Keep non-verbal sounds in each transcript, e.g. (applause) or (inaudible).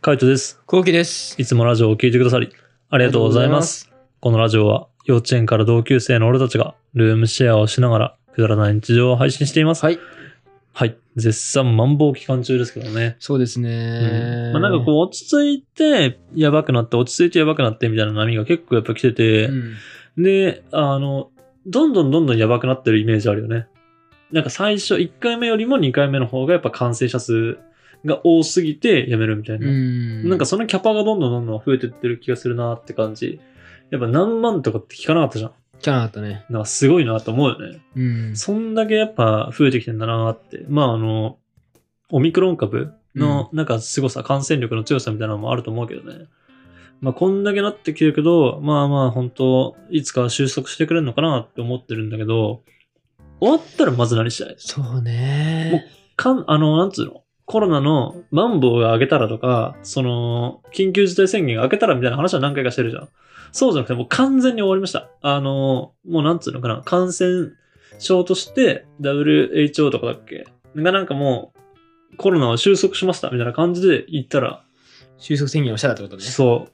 カイトです。コウキです。いつもラジオを聴いてくださり、ありがとうございます。このラジオは、幼稚園から同級生の俺たちが、ルームシェアをしながら、くだらない日常を配信しています。はい。はい。絶賛マンボウ期間中ですけどね。そうですうねん。まあ、なんかこう、落ち着いて、やばくなって、落ち着いてやばくなってみたいな波が結構やっぱ来てて、うんで、あの、どんどんどんどんやばくなってるイメージあるよね。なんか最初、1回目よりも2回目の方がやっぱ感染者数が多すぎてやめるみたいな。うん。なんかそのキャパがどんどんどんどん増えてってる気がするなって感じ。やっぱ何万とかって聞かなかったじゃん。キャラだったね。なんかすごいなと思うよね。うん。そんだけやっぱ増えてきてんだなって。まああの、オミクロン株のなんか凄さ、感染力の強さみたいなのもあると思うけどね。まあこんだけなってきてるけど、まあまあ本当いつか収束してくれるのかなって思ってるんだけど、終わったらまず何したいそうもうね。かん、あの、なんつうのコロナのマンボウが上げたらとか、その、緊急事態宣言が明けたらみたいな話は何回かしてるじゃん。そうじゃなくて、もう完全に終わりました。あの、もうなんつうのかな、感染症として、WHO とかだっけがなんかもう、コロナは収束しましたみたいな感じで言ったら、収束宣言をしたらってことね。そ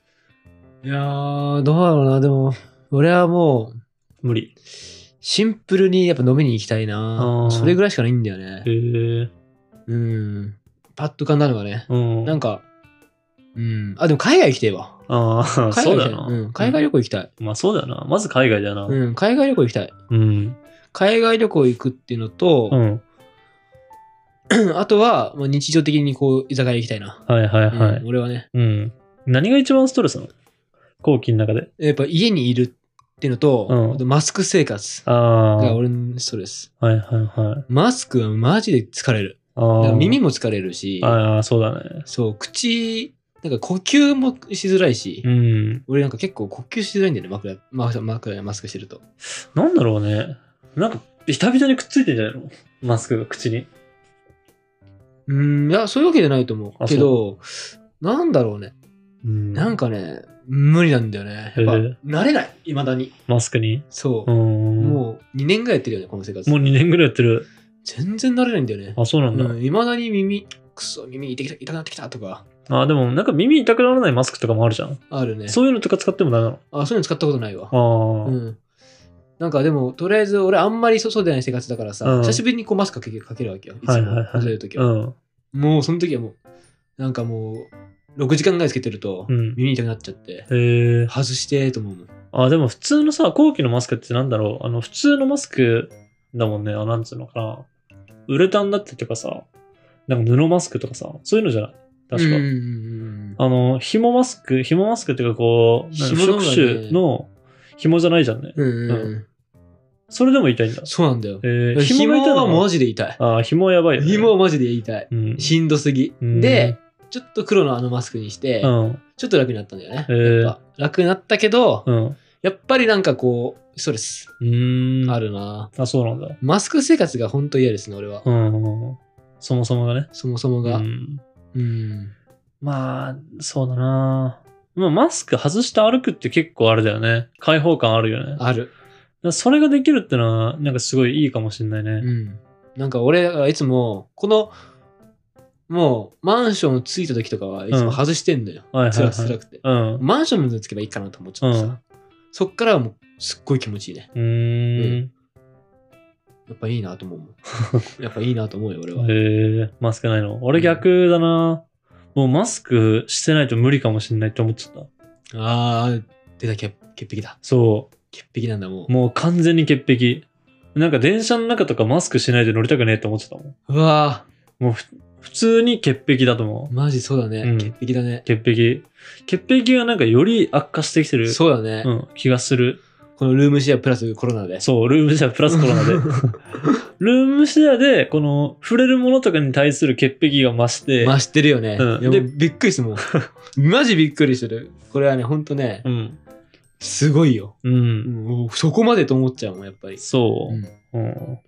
いやー、どうだろうな。でも、俺はもう、う、無理。シンプルにやっぱ飲みに行きたいあなー。それぐらいしかないんだよねへ。え。うん。パッと浮かんだのがね。うん。なんか、うん。あ、でも海外行きたいわ。ああ、海そ外う行きだたいよな。うん。海外旅行行きたい。まあそうだよな。まず海外だよな。うん。海外旅行行きたい。うん。海外旅行行くっていうのとう、ん。あとは、まあ日常的にこう、居酒屋行きたいな。はいはいはい。うん俺はね。うん。何が一番ストレスなの後期の中で。やっぱ家にいるっていうのと、うんあとマスク生活あがあ。はい俺のストレス。はいはい。マスクはマジで疲れる。だあからあ。耳も疲れるし、ああ、そうだね。そう、口、なんか呼吸もしづらいし、うん。俺なんか結構呼吸しづらいんだよね、枕、枕枕やマスクしてると。なんだろうね。なんか、ビタビタにくっついてんじゃないのマスクが口に。うーん、いや、そういうわけじゃないと思う。あけど、なんだろうね。うんなんかね、無理なんだよね。やっへぱ、え慣れない、未だに。マスクに。そうう。ん。ももう2年ぐらいやってるよね、この生活。う2年ぐらいやってる。全然慣れないんだよね。あ、そうなんだ。いま、未だに耳、くそ、耳痛きた痛くなってきたとか、あでも、なんか耳痛くならないマスクとかもあるじゃん。あるね。そういうのとか使ってもダメなあそういうの使ったことないわ。の。ああ。うん。なんかでも、とりあえず俺あんまり外でない生活だからさ、うん久しぶりにこうマスクかけかけるわけよ。いつはいもはいはい外れるときうは。ん。もうその時はもう、なんかもう、6時間ぐらいつけてると、うん耳痛くなっちゃって、へえ。外してと思うもん。あ、でも普通のさ、後期のマスクってなんだろう。あの、普通のマスクだもんね。あ、なんつうのかな。ウレタンだったりとかさ、なんか布マスクとかさ、そういうのじゃない確か。うんうんうんあの、紐マスク、紐マスクっていうかこう、なんか不紐のがね織種の紐じゃないじゃんね。うんうんうんううん。それでも痛いんだ。そうなんだよえ。ー、紐紐が痛いはのマはジで痛い。あー、紐はやばいよ、ね。紐はマジで痛い。うん。しんどすぎ。うんで、ちょっと黒のあのマスクにして、うん。ちょっと楽になったんだよね。へーやっぱ楽になったけど、うん。うやっぱりなんかこう、ストレスーん。あ。るな、あ、そうなんだ。マスク生活が本当嫌ですね、俺は。うん。そもそもがね。そもそもうが。うん。ん。まあ、そうだな。まあ、マスク外して歩くって結構あれだよね。開放感あるよね。だかある。らそれができるってのは、なんかすごいいいかもしれないうね。ん。なんか俺はいつも、この、もう、マンション着いた時とかはいつも外してんだよ。はいはい辛はく辛い。くて。うん。うマンションまで着けばいいかなと思っちゃってさ。うんそっからはもう、すっごい気持ちいいね。ーん。やっぱいいなと思 (laughs) うもん。やっぱいいなと思うよ、俺は。へえ、マスクないの。俺逆だな。もうマスクしてないと無理かもしれないって思っちゃった。あー、出た、潔潔癖だ。そ潔癖なんだ、もう。もう完全に潔癖。なんか電車の中とかマスクしないで乗りたくねえって思っちゃったもん。う。うわもうふ普通に潔癖だと思ー、う。マジそうだうねん。潔癖だね。潔癖。潔癖がなんかより悪化してきてる。そうだね。うん、気がする。このルームシェアプラスコロナで。そう、ルームシェアプラスコロナ (laughs) で。ルームシェアで、この、触れるものとかに対する潔癖が増して。増してるよね。うんいやでもうびっくりするもん。 (laughs) マジびっくりする。これはね、ほんとね、うん。すごいよ。う。うんんおそこまでと思っちゃうもん、やっぱり。そう。うんうん。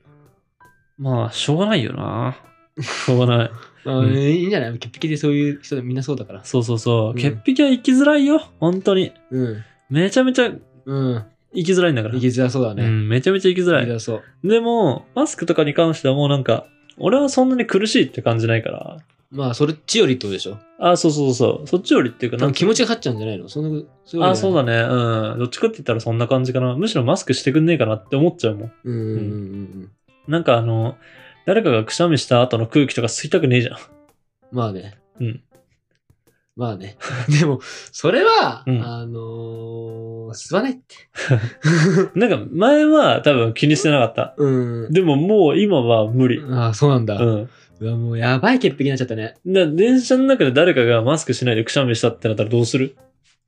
まあ、しょうがないよな。しょうがない。あうんいいんじゃない潔癖でそういう人みんなそうだから。そうそうそう。うん潔癖は生きづらいよ。本当に。うん。めちゃめちゃうん。生きづらいんだから。生きづらそうだうね。ん、めちゃめちゃ生きづ生らきづい。らそう。でも、マスクとかに関してはもうなんか、俺はそんなに苦しいって感じないから、まあ、それっちよりってことでしょ。あ、そうそうそう。そっちよりっていうか、ななんんかか気持ちが勝っちゃうんじゃないのそんな、そういうわあ、けじゃそうないだね。うん。どっちかって言ったらそんな感じかな。むしろマスクしてくんねえかなって思っちゃうもん。うんうんうんうん。なんかあの、誰かがくしゃみした後の空気とか吸いたくねえじゃん。 (laughs) まあね。うん。まあね。 (laughs) でも、それは、うんあのー、吸わないって。なんか前は多分気にしてなかった。うん。でももう今は無理。ああ、そうなんだ。うん。うわ、もうやばい潔癖になっちゃったね。だ電車の中で誰かがマスクしないでくしゃみしたってなったらどうする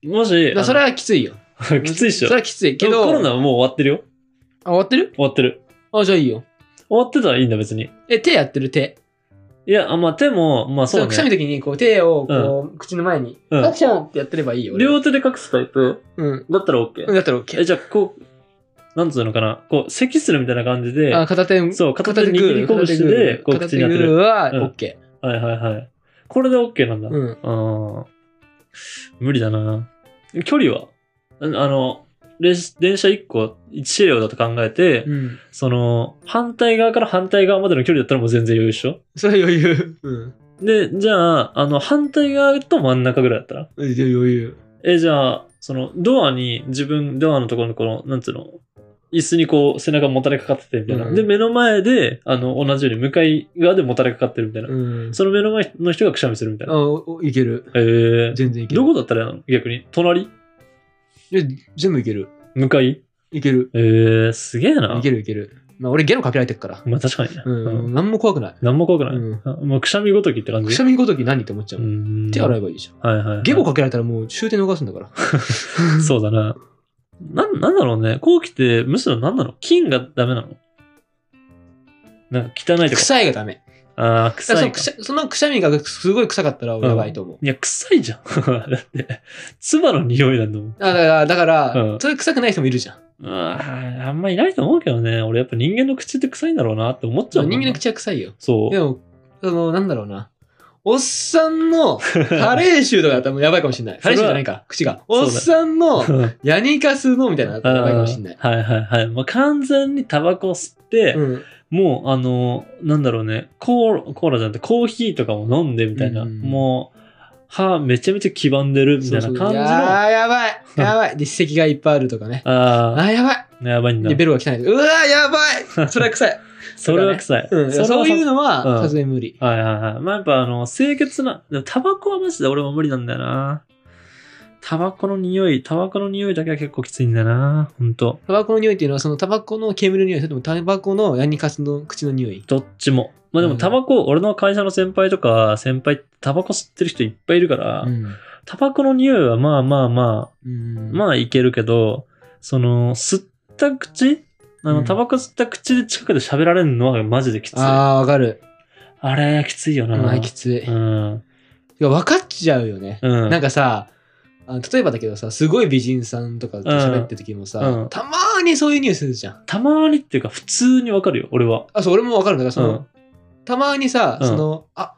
もし、だからそれはきついよ。あの (laughs) きついっしょそれ。はきついけでもど。コロナはもう終わってるよ。あ、終わってる終わってる。あ、じゃあいいよ。終わってたらいいんだ別に。え、手やってる手。いや、あまあ手も、まあそそうう、くしゃだね。みの時に、こう、手を、こう、口の前に、うんアクションってやってればいいよ。俺は両手で隠すタイプうん。だったら OK。だったら OK え、。じゃあ、こう、なんつうのかな、こう、咳するみたいな感じで、あは片手をそう片手で握り片手拳でこう片口に手グ当てるーはうん OK。いはいはい。これで OK なんだ。うあん。ー無理だな。距離はああの、レジ電車1個、1車両だと考えて、うん。その、反対側から反対側までの距離だったらもう全然余裕っしょそれは余裕。うん。で、じゃあ、あの、反対側と真ん中ぐらいだったら余裕。え、じゃあ、その、ドアに、自分、ドアのところのこの、なんつうの、椅子にこう、背中もたれかかってて、みたいな。うんで、目の前で、あの、同じように向かい側でもたれかかってるみたいな。うん。その目の前の人がくしゃみするみたいな。あ、おいける。へえ全然いける。どこだったらやなの逆に。隣え全部いける。向かいいける。えー、すげえな。いけるいける。まあ、俺ゲロかけられてるから。まあ確かにね。うん。なんも怖くない。何も怖くない。うんあもうくしゃみごときって感じくしゃみごとき何って思っちゃうもん。み手洗えい。ばいいじゃん。はいはい、はい。ゲロかけられたらもう終点逃すんだから。そうだな。なん、なんだろうね。後期って、むしろなんなの菌がダメなのなんか汚いとか。臭いがダメ。ああ、臭だからそいのかく。しゃそのくしゃみがすごい臭かったら俺やばいと思う。いや、臭いじゃん。 (laughs) だって、唾の匂いなんだもん。あだから、だから、うんそれ臭くない人もいるじゃん。ああんまいないと思うけどね。俺やっぱ人間の口って臭いんだろうなって思っちゃうもん人な間の口は臭いよ。そ (laughs) でう。も、その、なんだろうな。おっさんの、加齢臭とかだったらもうやばいかもしれない。(laughs) そ加れは齢臭じゃないか、口が。そうおだっさんの、ヤニカスのみたいなのだったらやばいかもしれない。はいはいはい。もう完全にタバコ吸って、うん。もうあの、なんだろうね、コーラ、コーラじゃなくてコーヒーとかも飲んでみたいな、うんもう、歯めちゃめちゃ黄ばんでるみたいな感じの、いやーやばい。(laughs) やばい。で、歯石がいっぱいあるとかね。ああーやばい。あ、やばいんだで、。ベロが汚い。うわーやばい。それは臭い。それは臭い。うん、それはそういうのうは、んさすがに無理。はいはいはい。まあやっぱあの、清潔な、でもタバコはマジで俺も無理なんだよな。タバコの匂い、タバコの匂いだけは結構きついんだよな。ほんと。タバコの匂いっていうのは、そのタバコの煙の匂い、それともタバコのヤニカスの口の匂い。どっちも。まあでうもんタバコ、俺の会社の先輩とか、先輩タバコ吸ってる人いっぱいいるから、うん。タバコの匂いはまあまあまあ、うんまあいけるけど、その、吸った口あうの、んタバコ吸った口で近くで喋られるのはマジできつい。ああー、わかる。れ、きついよな。まあ、きつい。うん。いや分かっちゃうよね。うん。なんかさ、あ例えばだけどさ、すごい美人さんとかと喋ってる時もさ、うんたまーにそういうニュースするじゃん。たまにっていうか、普通にわかるよ、俺は。あ、そう、俺も分かるんだから、その、うんたまーにさ、うんその、あ、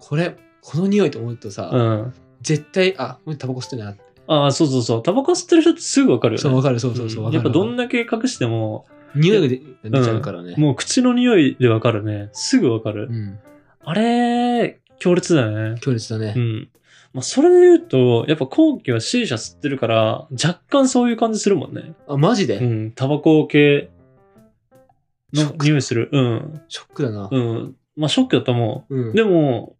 これ、この匂いと思うとさ、うん。絶対、あ、もうタバコ吸ってるなって。ああ、そうそうそう。タバコ吸ってる人ってすぐわかるよね。そう、分かる、そうそうそう、うん分かやる。っぱどわんかだけ隠しても、る匂いが出出ちゃうからね。もう口の匂いでわかるね。すぐわかる。うん、あれ、強烈だよね。強烈だねう。ん。まあ、それで言うと、やっぱ後期は C 社吸ってるから、若干そういう感じするもんね。あ、マジで、うん。タバコ系ショのック匂いする。うん。ショックだな。うん。まあ、ショックだったもうんん。でも、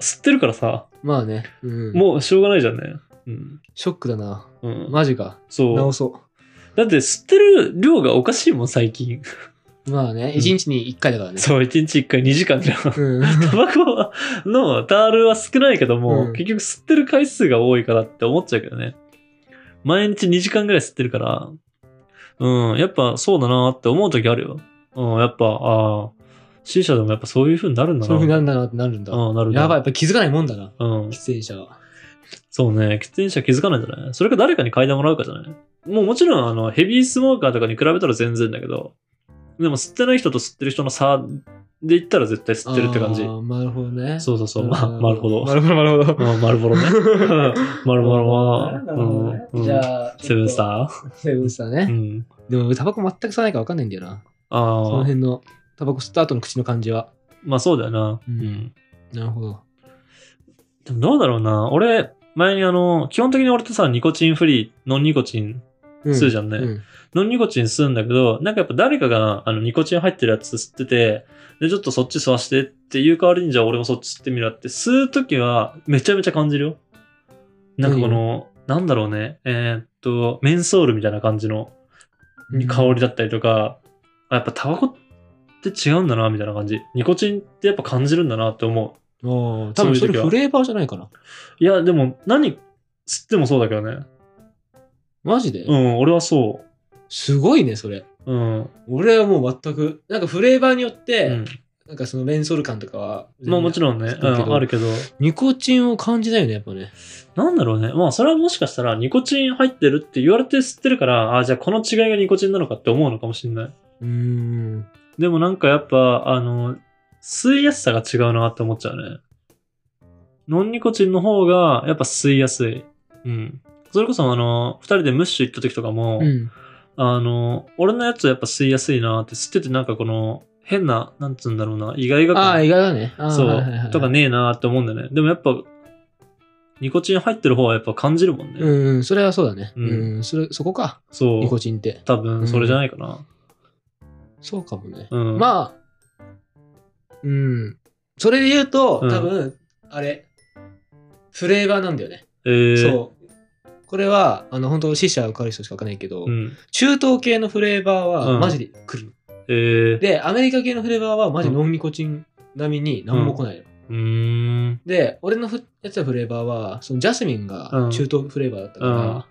吸ってるからさ、まあね、うん。もうしょうがないじゃんね。うん。ショックだな。うん。マジか。そ直う。そだって吸ってる量がおかしいもん、最近。う。まあね、ん一日に一回だからね。そう、1日1回2時間じゃん。 (laughs) タうん。バコはのタールは少ないけども、うん結局吸ってる回数が多いからって思っちゃうけどね。毎日2時間ぐらい吸ってるから、うん、やっぱそうだなって思う時あるよ。うん、やっぱ、ああ、C 社でもやっぱそういう風になるんだな。そういうふうになるんだなってなるんだ。うん、なるやばい、やい。っぱ気づかないもんだな、うん、喫煙者は。そうね、喫煙者気づかないんじゃないそれか誰かに嗅いでもらうかじゃないもうもちろんあのヘビースモーカーとかに比べたら全然だけど、でも吸ってない人と吸ってる人の差で言ったら絶対吸ってるって感じあ。ーなるほどね。そうそうそう、ま、なるほど。なるほど、なるほど。まあ、マルボロ (laughs) ね。マルボロなるほどねは、うん、じうんゃあ、セブンスー。ターセブンスターうね。ん。でも、タバコ全く吸わないから分かんないんだよな。そのああ、辺の、タバコ吸った後の口の感じは。まあそうだよな。ううんん。なるほど。でもどうだろうな。俺、前にあの、基本的に俺ってさ、ニコチンフリー、ノンニコチンうん吸うじゃんね。うんノンニコチン吸うんだけど、なんかやっぱ誰かがあのニコチン入ってるやつ吸ってて、で、ちょっとそっち吸わしてっていう代わりに、じゃあ俺もそっち吸ってみろって、吸うときはめちゃめちゃ感じるよ。なんかこの、なんだろうね、えーっと、メンソールみたいな感じのうん香りだったりとか、あやっぱタバコって違うんだな、みたいな感じ。ニコチンってやっぱ感じるんだなって思う。あー多分それフレーバーじゃないかな。いや、でも何吸ってもそうだけどね。マジで、うん、俺はそすごいね、それ。う。うん。俺はもう全く、なんかフレーバーによって、うん、なんかそのメンソール感とかは、まあもちろんね、だけうどん、あるけど。ニコチンを感じないよね、やっぱね。なんだろうね。まあ、それはもしかしたら、ニコチン入ってるって言われて吸ってるから、あじゃあこの違いがニコチンなのかって思うのかもしれない。うーん。でもなんかやっぱ、あの、吸いやすさが違うなって思っちゃうね。ノンニコチンの方が、やっぱ吸いやすい。うん。それこそ、あの、二人でムッシュ行った時とかも、うん。あの、俺のやつやっぱ吸いやすいなって、吸っててなんかこの、変な、なんつうんだろうな、意外がああ、意外だね。あーそう、はいはいはいとかねえなーって思うんだよね。でもやっぱ、ニコチン入ってる方はやっぱ感じるもんね。うんうん、それはそうだね。ううんん、それ、そこか。そニコう。チンって。多分、それじゃないかな。そうかもね。うん。あ、まあ、うん。それで言うと、うん多分、あれ、フレーバーなんだよね。えー、そう。これは、あの、本当死者わかる人しかわかんないけど、うん。中東系のフレーバうーはんマジで来るの。えー、で、アメリカ系のフレーバーはマジノンニコチン並みに何も来ないの。うーん。で、俺のふやつたフレーバーは、そのジャスミンうがん中東フレーバーだったから、うん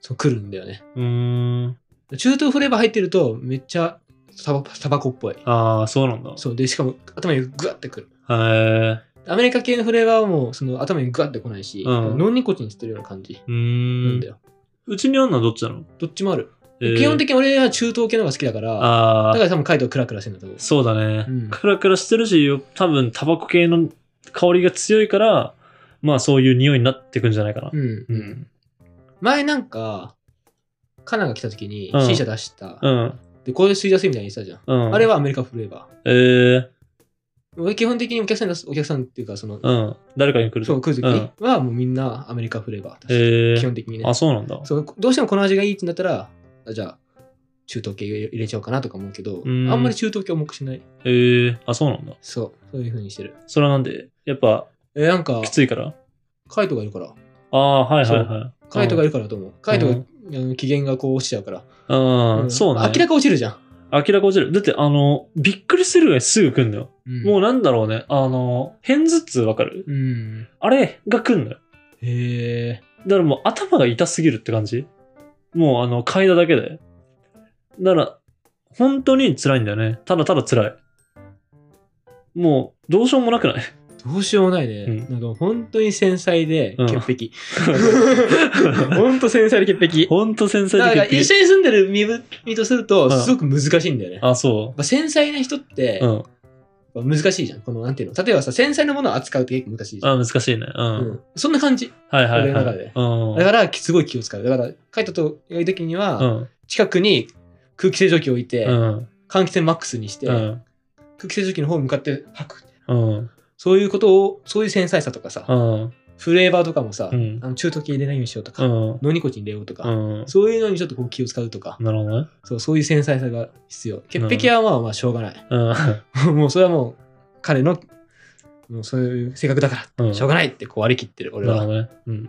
そう来るんだよね。うーん。中東フレーバー入ってると、めっちゃタバタバコっぽい。ああ、そうなんだ。そう。で、しかも頭にグワってくる。へえアメリカ系のフレーバーはもうその頭にグワってこないし、うんノンニコチンしてるような感じー。うなんーんだ。よ。うちにあんのはどっちなの、どっちもある。えー基本的に俺は中東系の方が好きだから、あだかあ、ら多分カイトはクラクラしてんだと思う。そうだね。うんクラクラしてるし、よ多分タバコ系の香りが強いから、まあそういう匂いになってくんじゃないかな。うん。うん、前なんか、カナが来た時にうん C 社出した、うん。で、こういう吸いやすいみたいに言ってたじゃん。うん。あれははアメリカフレーバえー。ー、俺基本的にお客さんに出す、お客さんっていうか、その、うん。誰かに来るそう、と。来る時うんはもうみんなアメリカフレーバーだし、え基ー、本的にねあ、。そうなんだ。そうどうしてもこの味がいいってなったら、あじゃあ、中東系入れちゃおうかなとか思うけど、んあんまり中東系重くしない。えー、あ、そうなんだ。そう、そういう風にしてる。それはなんでやっぱ、えー、なんかき、ついからカイトがいるから。ああ、はいはいはい。カイトがいうんるからだと思う。カイトが、うんあの機嫌がこう落ちちゃうから。うん、そうね。明らか落ちるじゃん。明らか落ちる。だって、あの、びっくりするぐらいすぐ来んのよ。もうう、なんだろうね。あの、片頭痛わかるうん。あれが来んのよ。へえ。だからもう頭が痛すぎるって感じもうあの、嗅いだだけで。だから、本当に辛いんだよね。ただただ辛い。もう、どうしようもなくないどうしようもないね。うんなんか本当に繊細でうん (laughs) 潔癖。本当繊細で潔癖。 (laughs) 本当繊細だから的一緒に住んでる身分身とするとうんすごく難しいんだよね。やっあ、そぱ繊細な人ってう。う、ん。難しいじゃん。この、なんていうの。例えばさ、繊細なものを扱うって結構難しいじゃん。あ、難しいね。うん。うんそんな感じ。はいはい俺のは中いで。うん。だから、すごい気を使う。だから、カイトといる時にうは、ん。近くに空気清浄機を置いて、うん。換気扇マックスにして、うん。空気清浄機の方向かって吐く。うん。そういうことを、そういう繊細さとかさ、うん。フレーバーとかもさ、うんあの中途系入れないようにしようとか、うん。ノニコチン入れようとか、うん。そういうのにちょっとこう気を使うとか、なるほどね。そうそういう繊細さが必要。潔癖はまあまあしょうがない。(laughs) (laughs) うもうそれはもう彼の、もうそういう性格だかん。うんら、しょうがないってこう割り切ってる、俺なるほは。どね。うん。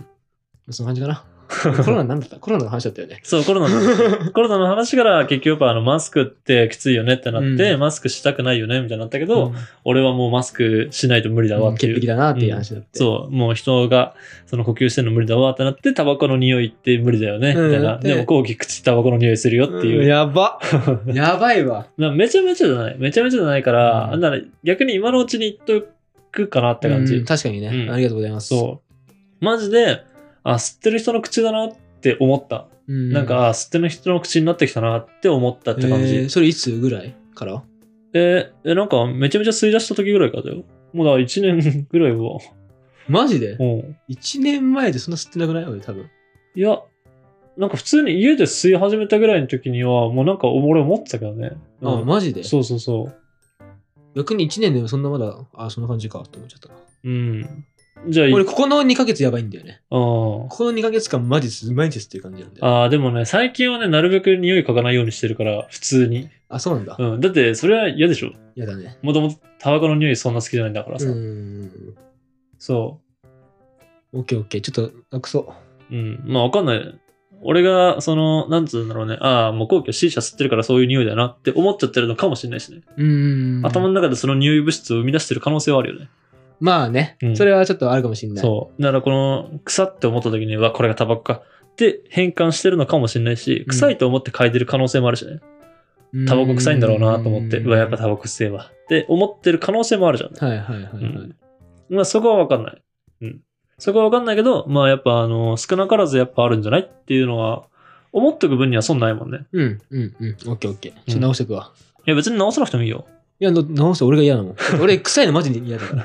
そんな感じかな。 (laughs) コロナなんだったコロナの話だったよね。そう、コロナ (laughs) の、コロナの話から結局やっぱあのマスクってきついよねってなって、うマスクしたくないよねみたいになったけど、うん俺はもうマスクしないと無理だわっていう。潔癖だなっていう話だって。そう、もう人がその呼吸してるの無理だわってなって、タバコの匂いって無理だよね、みたいな。うんでも後期口タバコの匂いするよっていう。ん (laughs) やばやばいわ。なめちゃめちゃじゃない。めちゃめちゃじゃないから、うんなら逆に今のうちに言っとくかなって感じ。うん確かにね、うんありがとうございます。そう。マジで、あ、吸ってる人の口だなって思った。う。なんか、あ吸ってる人の口になってきたなって思ったって感じ。えーそれいつぐらいからえーえなんかめちゃめちゃ吸い出した時ぐらいからだよ。もうだから1年 (laughs) ぐらいは。マジでうん。 ?1 年前でそんな吸ってなくない俺多分。いや、なんか普通に家で吸い始めたぐらいの時には、もうなんか俺思ってたけどね。うんあ、マジでそうそうそ逆に1年でもそんなまだ、あ、そんな感じかと思っちゃったな。う。うん。じゃあい、俺、ここの2ヶ月やばいんだよね。あここの2ヶ月間、マジです、毎日っていう感じなんだあよ。ああ、でもね、最近はね、なるべく匂い嗅がないようにしてるから、普通に。あ、そうなんだ。うん。だって、それは嫌でしょ。やだね。もともとタバコの匂いそんな好きじゃないんだからうさ。ん。そ。オッケーオッケー。ちょっと、なくそううん。まあ、わかんない。俺が、その、なんつうんだろうね。ああ、もう皇居 C 社吸ってるからそういう匂いだなって思っちゃってるのかもしれないしね。う。うん。頭の中でその匂い物質を生み出してる可能性はあるよね。まあねう。んそれはちょっとあるかもしんない。そう。だからこの、臭って思った時に、うわ、これがタバコか。って変換してるのかもしれないし、ん臭いと思って嗅いでる可能性もあるしね。うんタバコ臭いんだろうなと思って、うわ、やっぱタバコ臭いわ。って思ってる可能性もあるじゃんね。はいはいはいはい。うんまあそこはわかんない。うん。そこはわかんないけど、まあやっぱあの、少なからずやっぱあるんじゃないっていうのは、思っとく分には損ないもんね。うん、うん、うん。オッケーオッケー。ちょっと直してくわ。いや別に直さなくてもいい (laughs) よ。いや、の直して俺が嫌 (laughs) なもん。俺、臭いのマジで嫌だか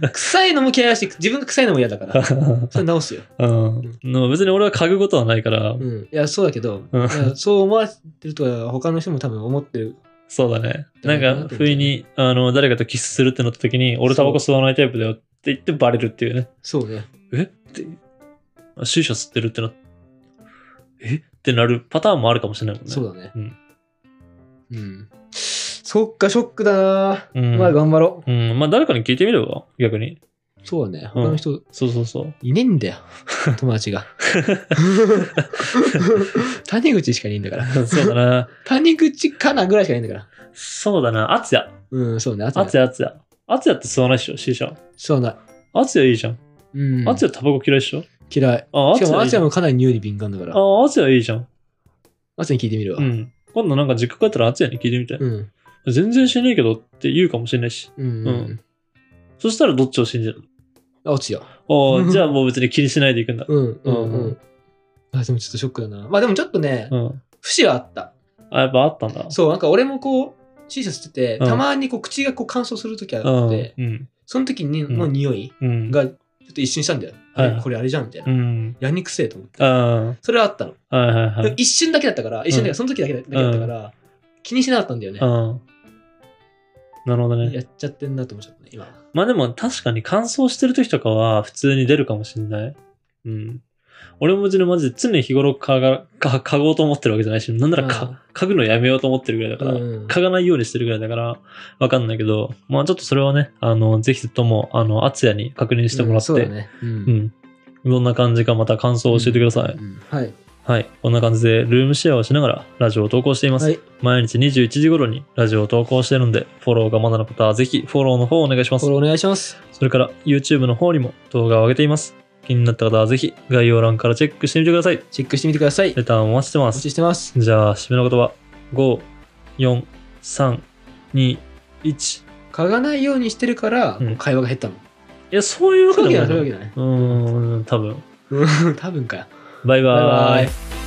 ら。臭いのも嫌いだし、自分が臭いのも嫌だ (laughs) から。それ直すよ。うん。の別に俺は嗅ぐことはないから、うん。いや、そうだけど、うんいやそう思われてるとか、他の人も多分思ってる。そうだね。なんだからなんか、て不意に、あの、誰かとキスするってなった時に、俺タバコ吸わないタイプだよって言ってバレるっていうね。そうね。えって、あ C 社吸ってるってな、えってなるパターンもあるかもしれないもんね。そうだね。うんうん。そっか、ショックだな、うんまあ、頑張ろうん、まあ誰かに聞いてみれば、逆に。う。そうだね。他の人、そうそうそう。 (laughs) いねえ (laughs) んだよ。友達が。谷口しかいねえんだから。そうだな。谷口かなぐらいしかいないんだから。そうだな。厚也。うん、そうね。あとね厚也、厚也。厚也って吸わないっしょ、C 社。そうな。厚也いいじゃん。うん。厚也タバコ嫌いっしょ。嫌い。あ、し厚か也いも、アいツじゃヤん。もかなり匂いに敏感だから。あ、厚也いいじゃん。アツヤに聞いてみるわ。う。ん。今度なんか実家帰ったら厚也に聞いてみてう。ん。全然しねえけどって言うかもしれないし。うん。ううん。そしたらどっちを信じるあ、落ちよ。のああ、じゃあもう別に気にしないでいくんだ。うん。うん。うんうん。あ、でもちょっとショックだな。まあでもちょっとねう、ん。節はあった。あ、やっぱあったんだ。そう、なんか俺もこう、シーシャ吸ってて、うんたまにこう口がこう乾燥するときあうん。って、うん。その時にうんの匂いうん。がちょっと一瞬したんだよ。はいあこれあれじゃんみたいな。うん。やにくせえと思って。あそれはあったの。あ、はいはいはでもい。一瞬だけだったから、一瞬だけ、その時だけだだけだったから、気にしなかったんだよねう。ん。なるほどね。やっちゃってんなと思っちゃったね、今。まあでも確かに乾燥してる時とかは普通に出るかもしんない。うん。俺も別にマジで常日頃嗅が、か嗅ごうと思ってるわけじゃないし、なんならうんか嗅ぐのやめようと思ってるぐらいだから、うん嗅がないようにしてるぐらいだから、わかんないけど、まあちょっとそれはね、あの、ぜひとも、あの、厚也に確認してもらって、ううんんそうだね。うんどんな感じかまた感想を教えてください。うんはい。はい。こんな感じでルームシェアをしながらラジオを投稿しています。はい。毎日21時頃にラジオを投稿してるので、フォローがまだの方はぜひフォローの方をお願いしますこ。れお願いします。それから YouTube の方にも動画を上げています。気になった方はぜひ概要欄からチェックしてみてください。チェックしてみてください。レターをお待ちしてまお待ちす。してます。じゃあ、締めの言葉。5、4、3、2、1。嗅がないようにしてるから、うん会話が減ったの。いや、そういうわそけういでうもわない。けうじゃない。ーん、多分。うん多分かよ。バイバババイイババーイイ。